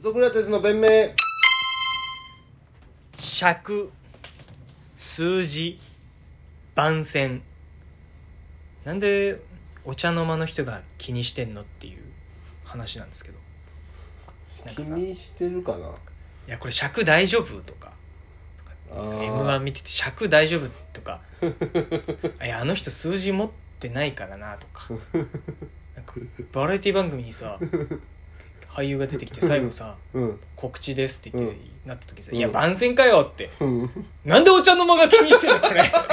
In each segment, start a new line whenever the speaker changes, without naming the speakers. ソクラテスの弁明
尺数字番宣なんでお茶の間の人が気にしてんのっていう話なんですけどなん
気
かさ「い
にしてるかな
やこれ尺大丈夫?」とか
あ
「
ー
m 1見てて尺大丈夫?」とか 「いやあの人数字持ってないからな」とかなんかバラエティ番組にさ俳優が出てきて最後さ
うん
「告知です」って言って、なった時さ「いや
うん
番宣かよ」って
うん
なんでお茶の間が気にしてるのこれ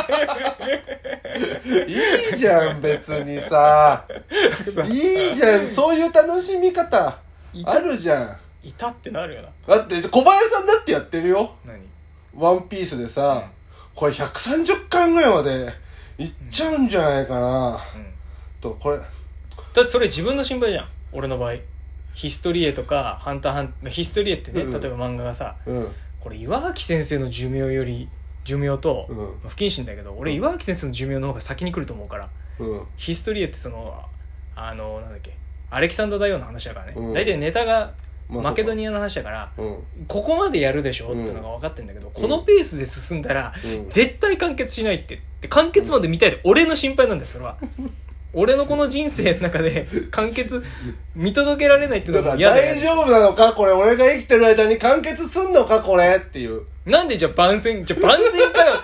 いいじゃん別にさいいじゃんそういう楽しみ方
いた
あるじゃん
いたってなるよな
だって小林さんだってやってるよ
何
ワンピースでさこれ130巻ぐらいまでいっちゃうんじゃないかな
うん
とこれ
だってそれ自分の心配じゃん俺の場合ヒストリエとか「ハンターハンター」ヒストリエってね、
うん
例えば漫画がさ
うん
これ岩脇先生の寿命より寿命と、
うん
まあ不謹慎だけど俺岩脇先生の寿命の方が先に来ると思うから
うん
ヒストリエってそのあのなんだっけアレキサンダー大王の話だからね、
うん
大体ネタが
まあ
マケドニアの話だから、
うん
ここまでやるでしょってのが分かってんだけど、このペースで進んだら、
うん
絶対完結しないってで完結まで見たいで俺の心配なんだよそれ は俺のこの人生の中で完結見届けられないっていう
だ
の
か
が
ら
嫌だ
大
よ
丈夫なのかこれ俺が生きてる間に完結すんのかこれっていう
なんでじゃあ番宣じゃあ番宣かよ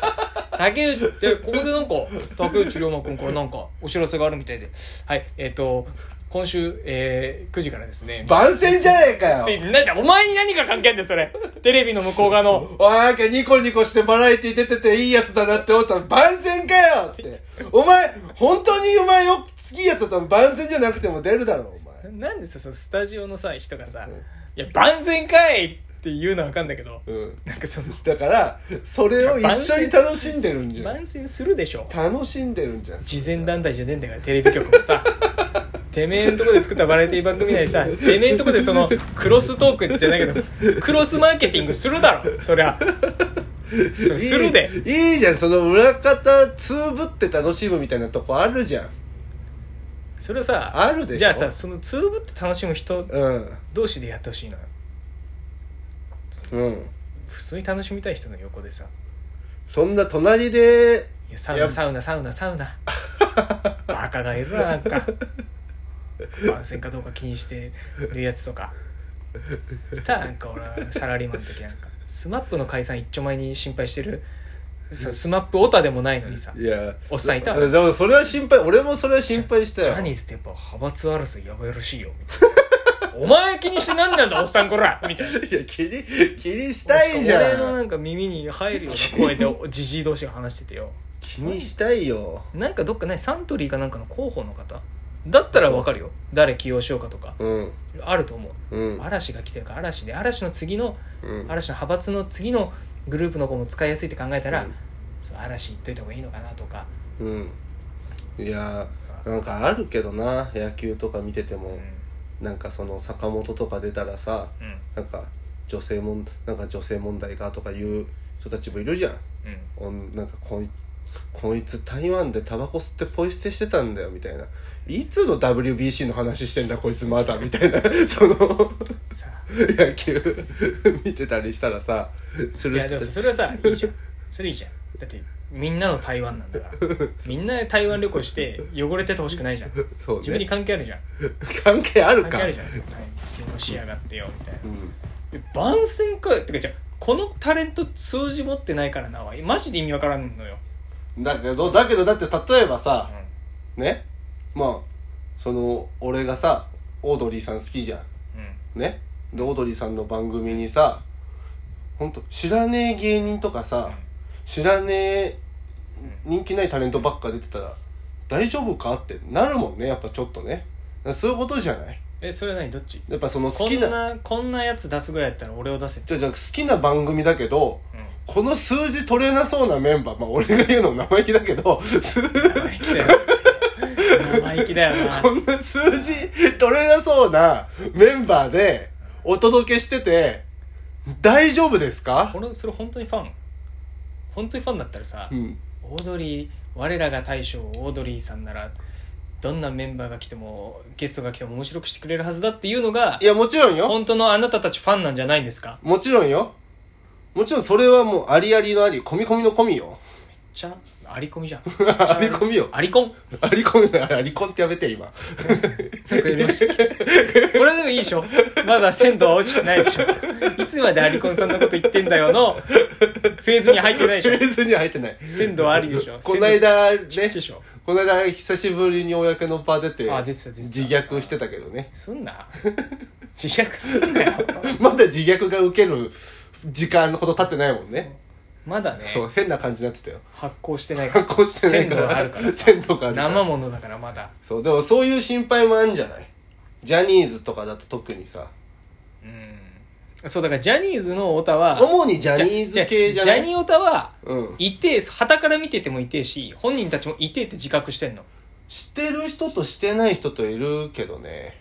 竹内でここでなんか竹内涼真君からなんかお知らせがあるみたいではいえっ、と今週、えー9時からですね
番宣じゃねえか
っ
よ
てなんだお前に何が関係あんだよそれテレビの向こう側の
おいなんかニコニコしてバラエティ出てていいやつだなって思ったら番宣かよってお前本当にお前よ好きやつだったら番宣じゃなくても出るだろお前
ななんでさそのスタジオのさ人がさ
うん
「いや万全かい!」って言うのは分かんだけど
うん
なんかその
だからそれを一緒に楽しんでるんじゃん
万全するでしょ
楽しんでるんじゃん
慈善団体じゃねえんだからテレビ局もさてめえんとこで作ったバラエティ番組内さてめえんとこでそのクロストークじゃないけどクロスマーケティングするだろそりゃそれするで
いいいいじゃんその裏方つぶって楽しむみたいなとこあるじゃん
それはさ
あるでしょ
じゃあさそのツーブって楽しむ人
うん
同士でやってほしいのよ
うん
普通に楽しみたい人の横でさ
そんな隣で
いやサウ
いや
ナサウナサウナサ ウナバカがいるななんか番宣かどうか気にしてるやつとかいたなんか俺はサラリーマンの時なんかスマップの解散一丁前に心配してるさスマップオタでもないのにさ
いや
おっさんいた
だからそれは心配俺もそれは心配した
ジ
よ
ャニーズってやっぱ派閥争いやばいらしいよみたいなお前気にして何なんだおっさんこらみたいない
や気に気にしたいじ
俺の
ゃ
なんんか耳に入るような声でおじじい同士が話しててよ
気にしたいよ
なんかどっかねサントリーかなんかの広報の方だったらわかるよ誰起用しようかとか
うん
あると思う
うん
嵐が来てるから嵐で嵐の次の
うん
嵐の派閥の次のグループの子も使いやすいって考えたら、
うん
そう嵐行っといた方がいいのかなとか、
うんいやなんかあるけどな野球とか見てて
うん
もなんかその坂本とか出たらさ
うん
なんか女性もんなんか女性問題がとかいう人たちもいるじゃん
うん
おんなんかこいこいつ台湾でタバコ吸ってポイ捨てしてたんだよみたいないつの WBC の話してんだこいつまだみたいな その
さあ
野球 見てたりしたらさす
い
る
やで
人た
もさそ
ち
れはさいいじゃんそれいいじゃんだってみんなの台湾なんだからみんなで台湾旅行して汚れててほしくないじゃん
そう
自分に
ね
関係あるじゃん
関係ある
関係
か
あるじゃん台湾しやがってよみたいな
うん
え番宣かよってかじゃあこのタレント数字持ってないからなはマジで意味わからんのよ、
だけどだけどだって例えば
う
さ
ん
ねまあその俺がさオードリーさん好きじゃん
うん
ねでオードリーさんの番組にさ本当知らねえ芸人とかさ、知らねえ人気ないタレントばっか出てたら大丈夫かってなるもんねやっぱちょっとねそういうことじゃない
えそれは何どっち
やっぱその好
こ
き
ん
な
なこんなやつ出すぐらいやったら俺を 出せって、
じゃあじゃあ好きな番組だけどこの数字取れなそうなメンバーまあ俺が言うのも生意気だけど数
生意気だよ生意気だよな
こんな数字取れなそうなメンバーでお届けしてて大丈夫ですか
俺それ本当にファン本当にファンだったらさ、
うん
オードリー我らが大将オードリーさんならどんなメンバーが来てもゲストが来ても面白くしてくれるはずだっていうのが
いやもちろんよ
本当のあなたたちファンなんじゃないんですか
もちろんよもちろんそれはもうありありのあり込み込みの込み よ
じゃあアリコミじゃん
あり込みよ
アリコン
あり込みあり込んってやめて今
なんかやりましたっけこれでもいいでしょまだ鮮度は落ちてないでしょいつまでアリコンさんのこと言ってんだよのフェーズに入ってないでし
フ
ょ
ェーズには入ってない
鮮度はありでしょ
この間ね
鮮度ちっちゃいでしょ
この間久しぶりに公の場出て
あ出てた出てた
自虐してたけどね
すんな自虐すんなよ
まだ自虐が受ける時間のこと経ってないもんね
まだね
そう変な感じになってたよ
発行してないから
発行してない
鮮
か
度
ら
があるから
鮮度があるから
生ものだからまだ
そうでもそういう心配もあるんじゃないジャニーズとかだと特にさ
うんそうだからジャニーズのオタは
主にジャニーズ系じゃない
ジャニオタは
うん
いてえ旗から見ててもいてえし本人たちもいてえって自覚してんの
知ってる人としてない人といるけどね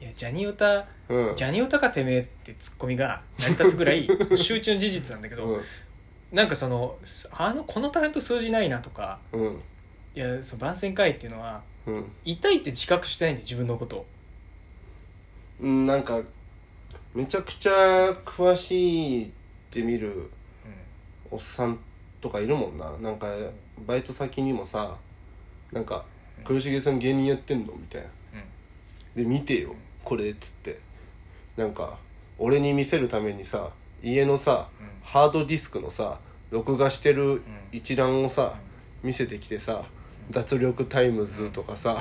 いやジャニオタ
うん
ジャニオタかてめえってツッコミが成り立つぐ らい周知の事実なんだけど、
うん
なんかそのあのこのタレント数字ないなとか
うん
いやその番宣会っていうのは
うん
痛いって自覚してないんで自分のことを
うんなんかめちゃくちゃ詳しいって見るおっさんとかいるもんななんかバイト先にもさなんか「黒重さん芸人やってんの?」みたいな「で見てよこれ」っつってなんか俺に見せるためにさ家のさ
うん
ハードディスクのさ録画してる一覧をさ見せてきてさ「脱力タイムズ」とかさ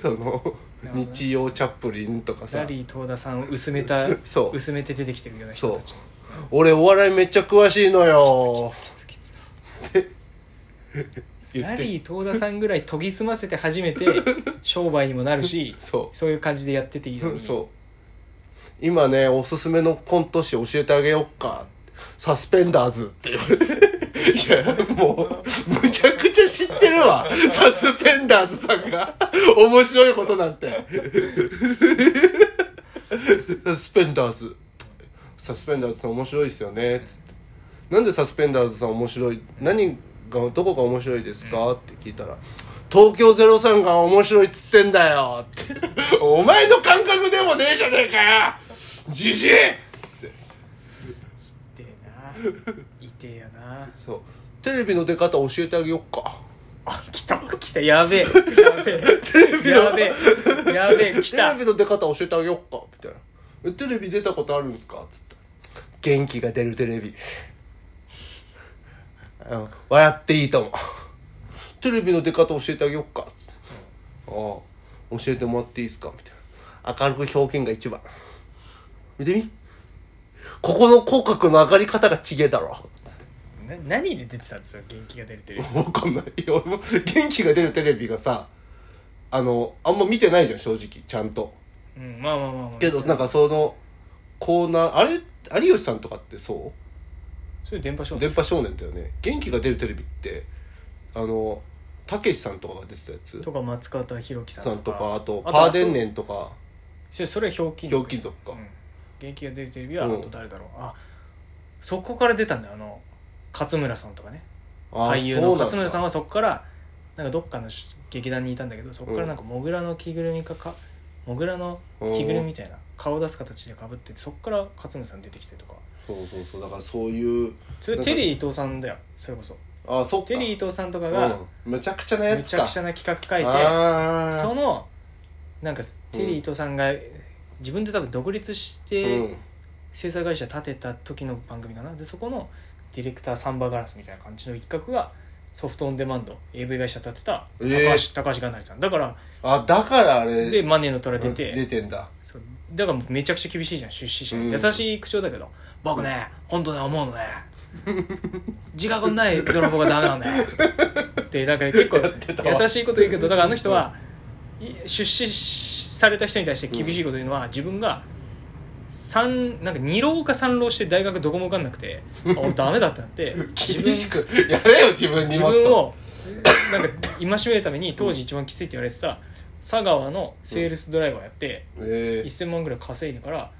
その「日曜チャップリン」とか
ザ
さ
リー東田さんを薄めた
そう
薄めて出てきてるような人たち
「俺お笑いめっちゃ詳しいのよ
きつきつ」
言
ラ
って
リー東田さんぐらい研ぎ澄ませて初 めて商売にもなるし
そう
そういう感じでやってていいのに
そう今ねおすすめのコント師教えてあげよっかサスペンダーズって 言われていやもうむちゃくちゃ知ってるわサスペンダーズさんが面白いことなんて サスペンダーズサスペンダーズさん面白いですよねつってなんでサスペンダーズさん面白い何がどこが面白いですかって聞いたら「東京03が面白いっつってんだよ」って「お前の感覚でもねえじゃねえかよじじい!」っつって
痛えな痛えよな
そうテレビの出方教えてあげよっか
あ来た来たやべえやべえやべえやべえ 来
テ
た
レビの出方教えてあげよっかみたいなえ「テレビ出たことあるんですか?」っつって「元気が出るテレビ」あの「笑っていいと思う」「テレビの出方教えてあげよっか」っつって「ああ教えてもらっていいですか?」みたいな「明るく表現が一番」見てみここの口角の上がり方がちげえだろ
な何で出てたんですよ元気が出るテレビ
わかんない俺も元気が出るテレビがさあのあんま見てないじゃん正直ちゃんと
うんまあまあまあまあ
けどなんかそのコーナーあれ有吉さんとかってそ
それ電波少
う
年
電波少年だよね元気が出るテレビってあのたけしさんとかが出てたやつ
とか松方弘樹さん
さんとかあと
あ
パーデン
ン
ネンとか
そそれひょうきん
ひょうきん族か
うん元気が出るテレビはあ
うん
と誰だろうあそこから出たんだよあの勝村さんとかね
ああ
俳優の
そうなんだ
勝村さんはそこからなんかどっかの劇団にいたんだけどそこからなんかモグラの着ぐるみかかモグラの着ぐるみみたいな顔を出す形でかぶっててそこから勝村さん出てきたりとか
そうそうそうだからそういう
それテリー伊藤さんだよそれこそ
ああそっか
テリー伊藤さんとかが
うん、めちゃくちゃなや
め
つ
ち
か
ゃくちゃな企画書いて
ああ
そのなんかテリー伊藤さんが自分で多分独立して制作会社立てた時の番組かなでそこのディレクターサンバガラスみたいな感じの一角がソフトオンデマンド AV 会社立てた高橋,、
えー
高橋がなりさんだから
あだからあれ
でマネーの虎
う
出
ん
て、
出てんだ
そうだからめちゃくちゃ厳しいじゃん出資者、
うん
優しい口調だけど「僕ね本当ね思うのね自覚のない泥棒がダメなんだよ」ってなんか結構
たわ
優しいこと言うけどだからあの人はい出資された人に対して厳しいこと言うのは、自分が三なんか二浪か三浪して大学どこも受かんなくて「あ俺ダメだ」ってなって自分
厳しくやれよ自分に
自
もっと
分をなんか戒めるために当時一番きついって言われてた佐川のセールスドライバーやって。
ええ
1000万ぐらい稼いでから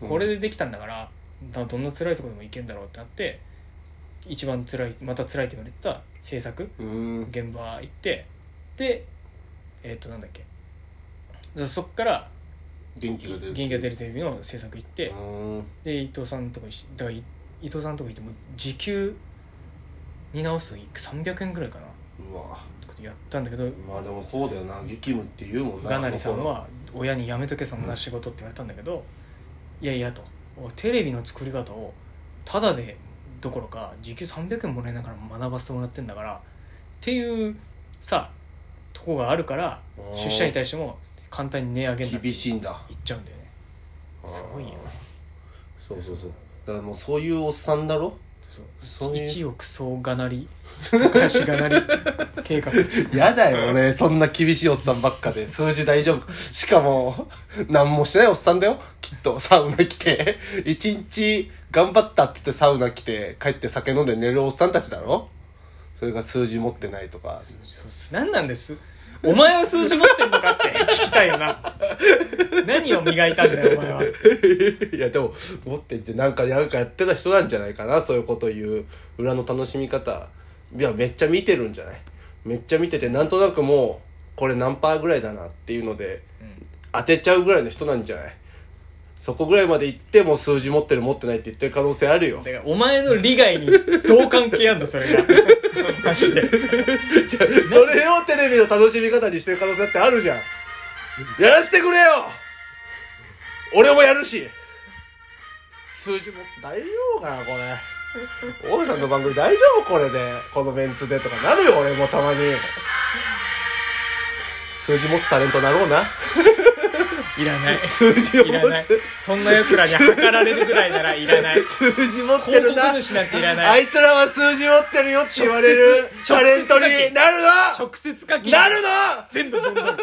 うん
これでできたんだから、だどんな辛いところでもいけんだろうってなって一番辛いまた辛いって言われてた制作
うん
現場行ってででえっ、となんだっけでそっから
元気が出る
元気が出るテレビの制作行って、
うーん
で伊藤さんのとこにしだからい伊藤さんのとこ行ってもう時給に直すと300円ぐらいかな
うわ
とかってやったんだけど
まあでもそうだよな激務って言うもんな
がなりさんは親に「やめとけそんな仕事」って言われたんだけど「いやいや」と「テレビの作り方をただでどころか時給300円もらいながら学ばせてもらってんだから」っていうさとこがあるから
うん
出社に対しても簡単に値上げになって
厳しいんだ
いっちゃうんだよねすごいよね
そうそうそうだからもうそういうおっさんだろ
そう
そういう
一億総がなり昔がなり計画
やだよ俺そんな厳しいおっさんばっかで数字大丈夫しかも何もしてないおっさんだよきっとサウナ来て 一日頑張ったって言ってサウナ来て帰って酒飲んで寝るおっさんたちだろそれが数字持ってないとか
そう何なんですお前は数字持ってんのかって聞きたいよな何を磨いたんだよお前はい
やでも持ってんじゃんなんかなんかやってた人なんじゃないかなそういうこと言う裏の楽しみ方いやめっちゃ見てるんじゃないめっちゃ見ててなんとなくもうこれ何パーぐらいだなっていうので当てちゃうぐらいの人なんじゃないそこぐらいまで行ってもう数字持ってる持ってないって言ってる可能性あるよ
だからお前の利害にどう関係あんだそれがマジで
じゃあ それをテレビの楽しみ方にしてる可能性だってあるじゃんやらせてくれよ俺もやるし数字も大丈夫かなこれ王さんの番組大丈夫これでこのメンツでとかなるよ俺もたまに数字持つタレントなろうない
らない
数字を持
いらない
つ
そんな奴らに測られるぐらいならいらない
数字持って
広
る
告
な
主なんていら
あ
ない
いつらは数字持ってるよって言われる
直接
タレントに
直接だけ
なるの
直接書き
なるの
全部どんどん